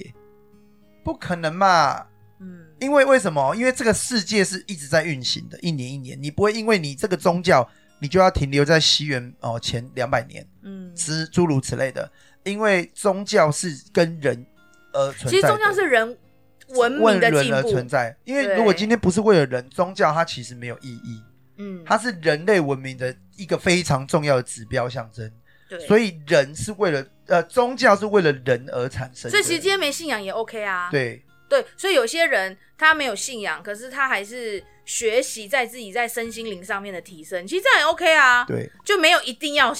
不可能嘛？
嗯，
因为为什么？因为这个世界是一直在运行的，一年一年，你不会因为你这个宗教，你就要停留在西元哦前两百年，
嗯，
之诸如此类的。因为宗教是跟人呃存在的，
其实宗教是人文
为
明的
人
进
而存
步，
在。因为
对
如果今天不是为了人，宗教它其实没有意义，
嗯，
它是人类文明的一个非常重要的指标象征。
对，
所以人是为了呃宗教是为了人而产生的，
所以其实今天没信仰也 OK 啊，
对。
对，所以有些人他没有信仰，可是他还是学习在自己在身心灵上面的提升，其实这样也 OK 啊，
对
就没有一定要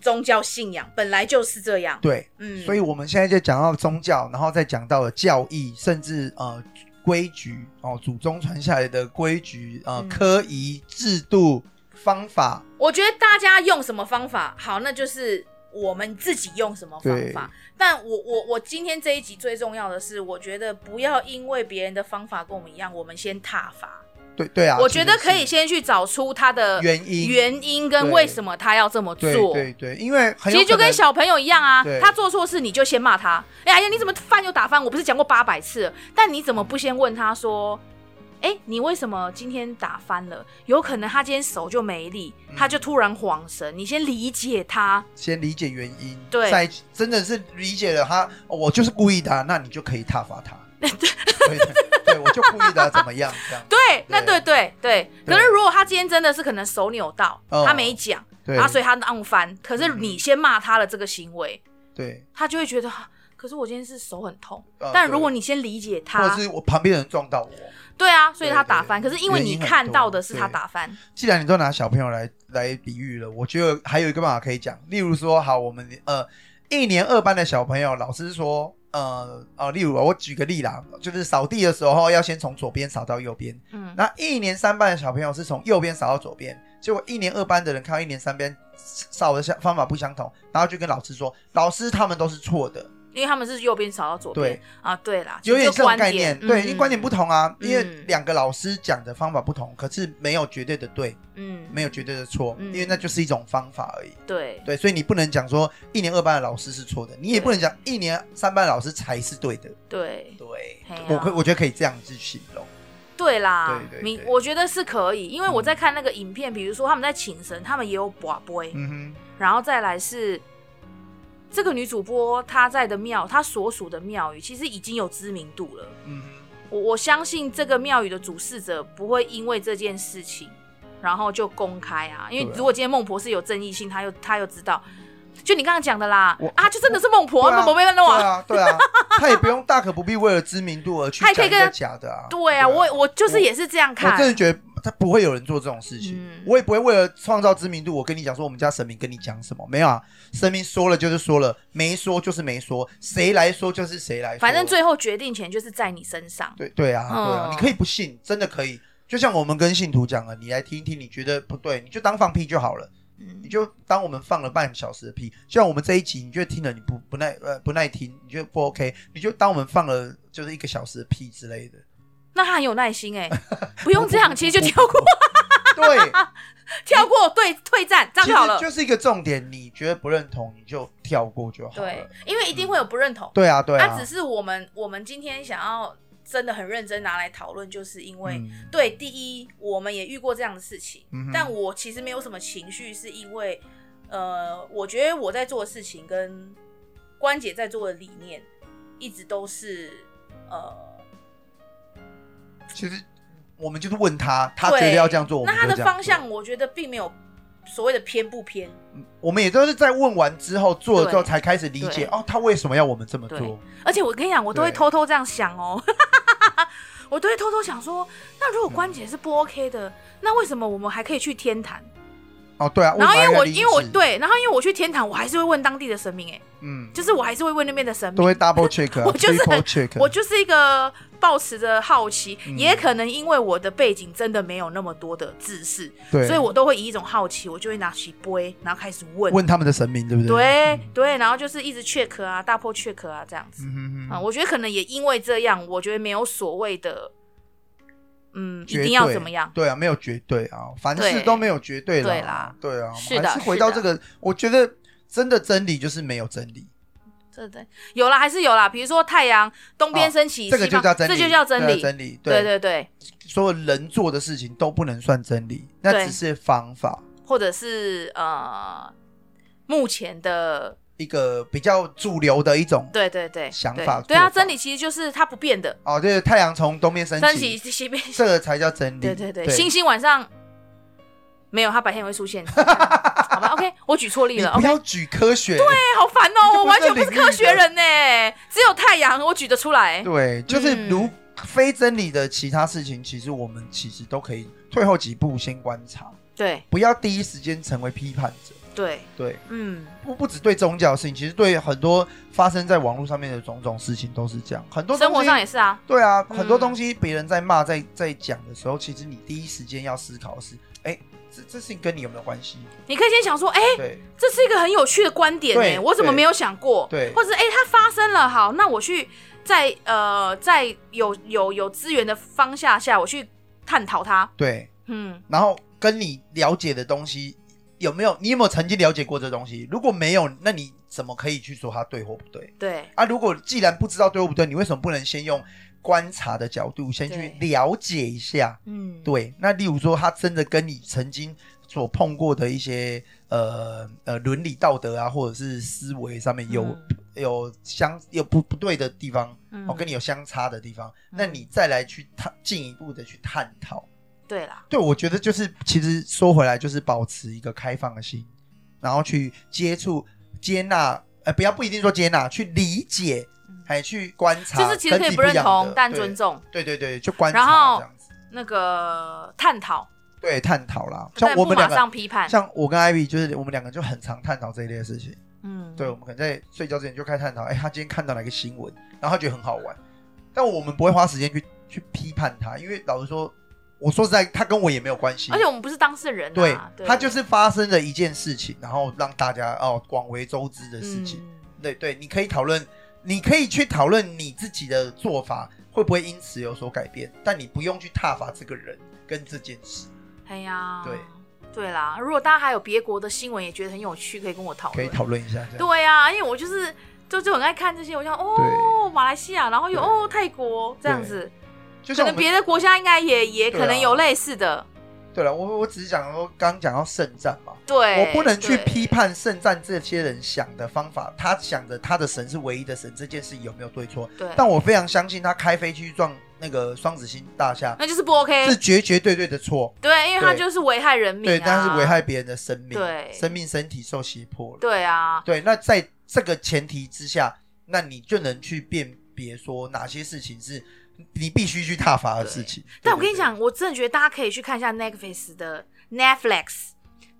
宗教信仰，本来就是这样，
对，
嗯，
所以我们现在就讲到宗教，然后再讲到了教义，甚至呃规矩哦，祖宗传下来的规矩呃
嗯
科仪制度方法，
我觉得大家用什么方法好，那就是我们自己用什么方法。但我我我今天这一集最重要的是，我觉得不要因为别人的方法跟我们一样，我们先踏伐。
对对啊，
我觉得
其实
可以
是
先去找出他的
原因
原因跟
对
为什么他要这么
对
做。
对对，因为很
其
有
实就
可
跟
能
小朋友一样啊
对，
他做错事你就先骂他。哎呀，你怎么翻又打翻？我不是讲过八百次了，但你怎么不先问他说，哎，你为什么今天打翻了？有可能他今天手就没力，
嗯
他就突然晃神，你先理解他。
先理解原因，
对
再真的是理解了他，哦我就是故意的啊，那你就可以挞 伐他，对对对，我就故意的啊怎么样这样，
对，那对对对。
对
可是如果他今天真的是可能手扭到，
哦
他没讲，
对嗯
啊，所以他按翻。可是你先骂他了这个行为，
对，
他就会觉得，啊可是我今天是手很痛。
呃
但
对
如果你先理解
或
他
者，是我旁边的人撞到我，
对啊，所以
对
他
对
打翻。可是因为
原因
你
很
看
多
到的是他
对
打翻。
既然你都拿小朋友来来比喻了，我觉得还有一个办法可以讲，例如说，好，我们呃一年二班的小朋友，老师说，呃哦，例如我举个例啦，就是扫地的时候要先从左边扫到右边，
嗯，
那一年三班的小朋友是从右边扫到左边，结果一年二班的人看到一年三班扫的方法不相同，然后就跟老师说，老师他们都是错的，
因为他们是右边扫到左边
对，
啊，对啦，
有点
就
这种
观
概念，对，
嗯
因为观点不，同啊，因为
嗯
两个老师讲的方法不同，可是没有绝对的对，
嗯，
没有绝对的错，
嗯
因为那就是一种方法而已。
对，
对，所以你不能讲说一年二班的老师是错的，你也
对
不能讲一年三班的老师才是对的。
对，
对
嘿啊
我可我觉得可以这样去形容。
对啦
对，对
你
对
我觉得是可以，因为我在看那个影片，比如说他们在请神，他们也有卜杯，
嗯
然后再来是这个女主播她在的庙，她所属的庙宇其实已经有知名度了。
嗯
我我相信这个庙宇的主事者不会因为这件事情，然后就公开啊，因为
对啊
如果今天孟婆是有正义性，她又她又知道，就你刚刚讲的啦
我，
啊，就真的是孟婆，
对啊
孟婆被弄
对
啊。
啊，对啊，他也不用大可不必为了知名度而去
他也可
讲
以
一个
跟
假的啊。
对啊，我我就是也是这样
我
看
真，的觉得他不会有人做这种事情，
嗯
我也不会为了创造知名度，我跟你讲说我们家神明跟你讲什么没有啊？神明说了就是说了，没说就是没说，谁来说就是谁来说。
反正最后决定权就是在你身上。
对对啊，对啊，
嗯
你可以不信，真的可以。就像我们跟信徒讲了，你来听一听，你觉得不对，你就当放屁就好了，
嗯
你就当我们放了半小时的屁。像我们这一集，你觉得听了你不不耐呃不耐听，你觉得不 OK，你就当我们放了就是一个小时的屁之类的。
那他很有耐心哎、不用 这样，其实就跳过，
对，
跳过，对，退战，这样
其
就好了
实。就是一个重点，你觉得不认同你就跳过就好了。
对，因为一定会有不认同。
对啊，对
那、
啊，
只是我们我们今天想要真的很认真拿来讨论，就是因为、
嗯
对，第一我们也遇过这样的事情，
嗯哼
但我其实没有什么情绪，是因为呃，我觉得我在做的事情跟关姐在做的理念一直都是呃，
其实我们就是问他，他
对
觉得要这样做，我
那
们
她
就
的
这样做
方向我觉得并没有所谓的偏不偏，
我们也都是在问完之后做了之后
对
才开始理解
对
哦，他为什么要我们这么
对
做？
而且我跟你讲，我都会
对
偷偷这样想哦， 我都会偷偷想说，那如果关姐是不 OK 的，那为什么我们还可以去天坛？
哦，对啊，
然后因为我
们还要理解
因为我，对，然后因为我去天坛，我还是会问当地的神明、欸，
嗯，
就是我还是会问那边的神
都
明，
会 double check，啊
我就是
triple
很
check，
我就是一个抱持着好奇，
嗯
也可能因为我的背景真的没有那么多的知识，
对，
所以我都会以一种好奇，我就会拿起杯，然后开始问，
问他们的神明，对不对？
对对，然后就是一直 check 啊，大破 check 啊这样子。
嗯，嗯
啊，
哼
我觉得可能也因为这样，我觉得没有所谓的，嗯，一
绝对
定要怎么样？
对啊，没有绝对啊，凡事
对
都没有绝对
对
啦
啦，
对啊，
是的
还是回到这
是
个，我觉得真的真理就是没有真理，
对对，有啦，还是有啦。比如说太阳东边
哦
升起，
这个
西
就
方
叫真理，
这就叫真
对啊
理。
真理，
对，对对，
所有人做的事情都不能算真理，那
对
只是方法，
或者是呃，目前的，
一个比较主流的一种
对对对，
想
对
法
对啊，
做法
真理其实就是它不变的，
哦，就是太阳从东边升
升
起
起，西边，
这个才叫真理。
对对对，星星晚上没有，它白天也会出 现，好吧？OK，我举错例
你
了
不
，OK，
要举科学。对
哎好烦哦，
你就
我
不是
完
这
全不是
领域
科学
的
人呢，只有太阳我举得出来，
就是
嗯
如非真理的其他事情，其实我们其实都可以退后几步，先观察，
对
不要第一时间成为批判者。
对，
对，
嗯。
不不只对宗教的事情，其实对很多发生在网络上面的种种事情都是这样。很多东
生
西
活上也是啊，
对啊，
嗯
很多东西别人在骂、在在讲的时候，其实你第一时间要思考的是，哎、这这事情跟你有没有关系？
你可以先想说，哎、
对
这是一个很有趣的观点呢、
对
我怎么没有想过？
对
或者哎、它发生了，好，那我去在呃在有有有资源的方向下，我去探讨它。
对，
嗯，
然后跟你了解的东西有没有？你有没有曾经了解过这东西？如果没有，那你怎么可以去说它对或不对
对
啊？如果既然不知道对或不对，你为什么不能先用观察的角度先去
对
了解一下？
嗯，
对，那例如说，他真的跟你曾经所碰过的一些呃呃伦理道德啊，或者是思维上面有、
嗯
有相有不不对的地方，
嗯
哦，跟你有相差的地方，那
嗯
你再来去探进一步的去探讨。
对啦，
对，我觉得就是，其实说回来，就是保持一个开放的心，然后去接触、接纳，呃，不要不一定说接纳，去理解
嗯，
还去观察，
就是其实可
跟自
以
己
不
不一
认
样的
同，但尊。重
对对对对，就观察
然后
这样子，
那个探讨，
对，探讨啦。像
但
我
不
们
马
两个，
上批判。
像我跟艾比，就是我们两个就很常探讨这一类的事情。
嗯，
对，我们可能在睡觉之前就开始探讨，哎，他今天看到哪个新闻，然后他觉得很好玩，但我们不会花时间去去批判他，因为老实说，我说实在，他跟我也没有关系。
而且我们不是当事人、
对
啊，，
它就是发生了一件事情，然后让大家哦广为周知的事情。
嗯
对对，你可以讨论，你可以去讨论你自己的做法会不会因此有所改变，但你不用去挞伐这个人跟这件事。
哎呀，
对
对啦，如果大家还有别国的新闻也觉得很有趣，可以跟我讨
可以
论。
讨论一下这样。
哦对呀、因为我就是就就很爱看这些，我想哦，马来西亚，然后有
对
哦泰国这样子，
就
可
像我
能
们
别的国家应该也也
对啊
可能有类似的，
对了，我我只是讲说，刚讲到圣战嘛，
对，
我不能去
对
批判圣战这些人想的方法，他想的他的神是唯一的神这件事有没有对错？
对，
但我非常相信他开飞机去撞那个双子星大厦
那就是不 OK，
是绝绝对对的错，
对，因为他
对
就是危害人民、啊，
对，但是危害别人的生命，
对
生命身体受胁迫了，
对啊，
对，那在这个前提之下，那你就能去辨别说哪些事情是你必须去踏伐的事情。
但
对
我跟你，讲，我真的觉得大家可以去看一下 Netflix 的 Netflix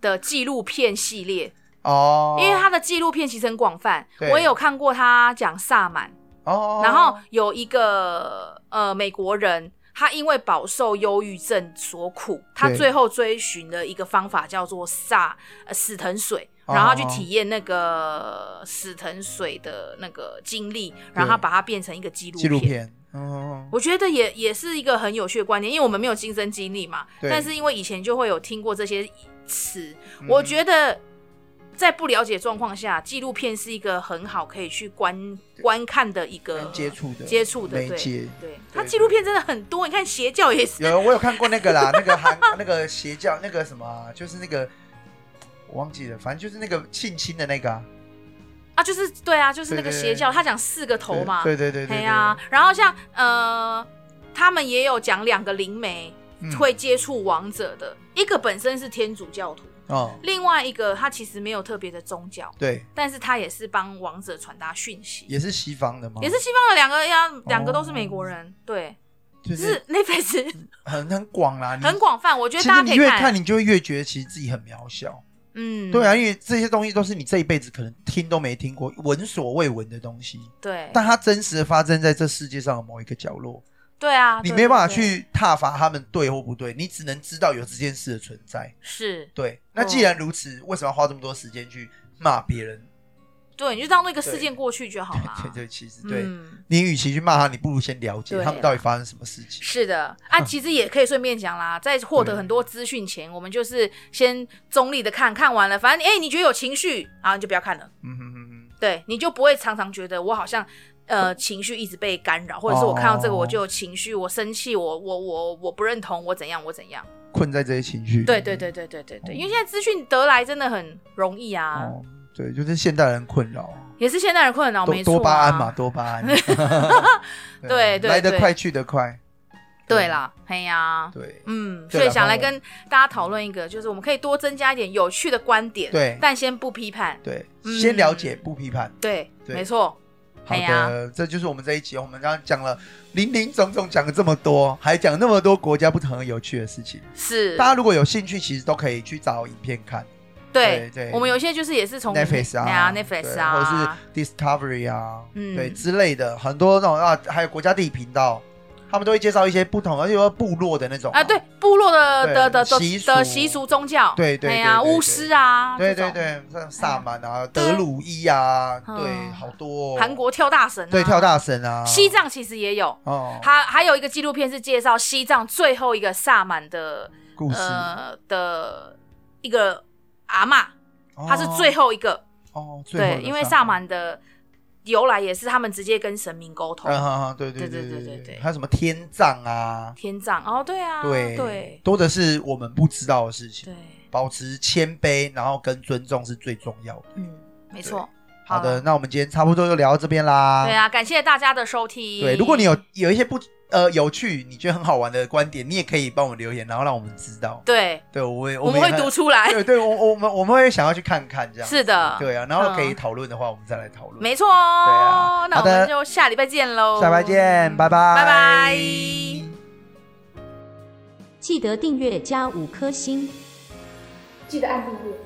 的纪录片系列，
对对哦，
因为他的纪录片其实很广泛，
对
我也有看过他讲萨满，
哦，
然后有一个呃美国人。他因为饱受忧郁症所苦，他
对
最后追寻了一个方法叫做萨、呃、死藤水，
哦
然后他去体验那个死藤水的那个经历，然后他把它变成一个纪录
纪录
片。
片，嗯，
我觉得也也是一个很有趣的观点，因为我们没有亲身经历嘛，
对
但是因为以前就会有听过这些词，
嗯
我觉得在不了解状况下，纪录片是一个很好可以去观观看的一个
能接触的
接触的
媒介
对。对，它纪录片真的很多，你看邪教也是，
有，我有看过那个 啦，那个韩那个邪教那个什么啊，就是那个我忘记了，反正就是那个性侵的那个啊，
啊，就是对啊，就是那个
对对
邪教，他讲四个头嘛，
对对对对对，
嘿呀、然后像呃，他们也有讲两个灵媒
嗯
会接触王者的，一个本身是天主教徒。
哦，
另外一个，他其实没有特别的宗教，
对，
但是他也是帮王者传达讯息，
也哦是西方的嘛，
也是西方的两个呀，两个都是美国人，对，
哦就嗯
就是是那辈子
很很广啦，你
很。广泛，我觉得
其
大
实
家
你
可以
越看，你就会越觉得其实自己很渺小。
嗯，
对啊，因为这些东西都是你这一辈子可能听都没听过、闻所未闻的东西，
对，啊
但它真实的发生在这世界上的某一个角落，
对啊，
你
对
没办法
对对
去挞伐他们对或不对，你只能知道有这件事的存在。
是，
对，那既
哦
然如此，为什么要花这么多时间去骂别人？
对，你就当那个事
对，
件过去就好了
对对，其实对、
啊嗯
你，与其去骂他，你不如先了解
对啊
他们到底发生什么事情。
是的，
嗯
啊，其实也可以顺便讲啦，在获得
对
很多资讯前，我们就是先中立的看看完了，反正哎、你觉得有情绪，然后你就不要看了。
嗯哼哼哼，
对，你就不会常常觉得我好像呃情绪一直被干扰，或者是我看到这个
哦
我就有情绪，我生气，我我我我不认同，我怎样我怎样。
困在这些情绪。
对对对对对对对，因为现在资讯得来真的很容易啊，
哦，对，就是现代人困扰，
也是现代人困扰，
多
没错、啊。
多巴胺嘛，多巴 胺。嗯
对对
来得
对
快去得快。
对啦，嘿呀、
对，
嗯，
对
所以
啦
想来
帮我
跟大家讨论一个，就是我们可以多增加一点有趣的观点，
对
但先不批判，
对
嗯
先了解不批判。
对，
对
没错，
好
哎呀
的，这就是我们这一集。我们刚刚讲了林林总总，讲了这么多，还讲那么多国家不同的有趣的事情。
是，
大家如果有兴趣，其实都可以去找影片看
对
对对
我们有些就是也是从
Netflix
哎呀
啊
，Netflix
对
啊，
或者是 Discovery 啊，
嗯
对之类的，很多那种啊，还有国家地理频道，他们都会介绍一些不同的，而且说部落的那种
啊，对，部落的
对
的的的
习俗
的习俗宗教，
对对
哎
对
呀，
对对
巫师啊，
对对
这种，
对，像萨满啊、德鲁伊啊，
嗯
对，好多哦
韩国跳大神，
对跳，大神啊，
西藏其实也有，
哦，
还还有一个纪录片是介绍西藏最后一个萨满的
故事，
呃的一个阿嬷，她是
哦
最后一个，
哦，最后
对，
的
因为
萨
萨满的由来也是他们直接跟神明沟通
嗯，，哈哈，对对对
对对
对
对
对
对
对，还有什么天葬啊，
天葬，哦，对啊，
对
对
多的是我们不知道的事情。
对，
保持谦卑，然后跟尊重是最重要的。
嗯，没错，
好的，
了，
那我们今天差不多就聊到这边啦。
对啊，感谢大家的收听，
对，如果你有有一些不呃有趣，你觉得很好玩的观点，你也可以帮我们留言，然后让我们知道。
对，
对，我们
我们会
也
读 出来。
对对，我我们我们会想要去看看这样。
哎是的
对啊，然后可以
嗯
讨论的话，我们再来讨论。
没错哦。
对啊
那我
好的
们就下礼拜见喽。
下拜见，拜拜，
拜拜
记得订阅加五颗星。
记得按订阅，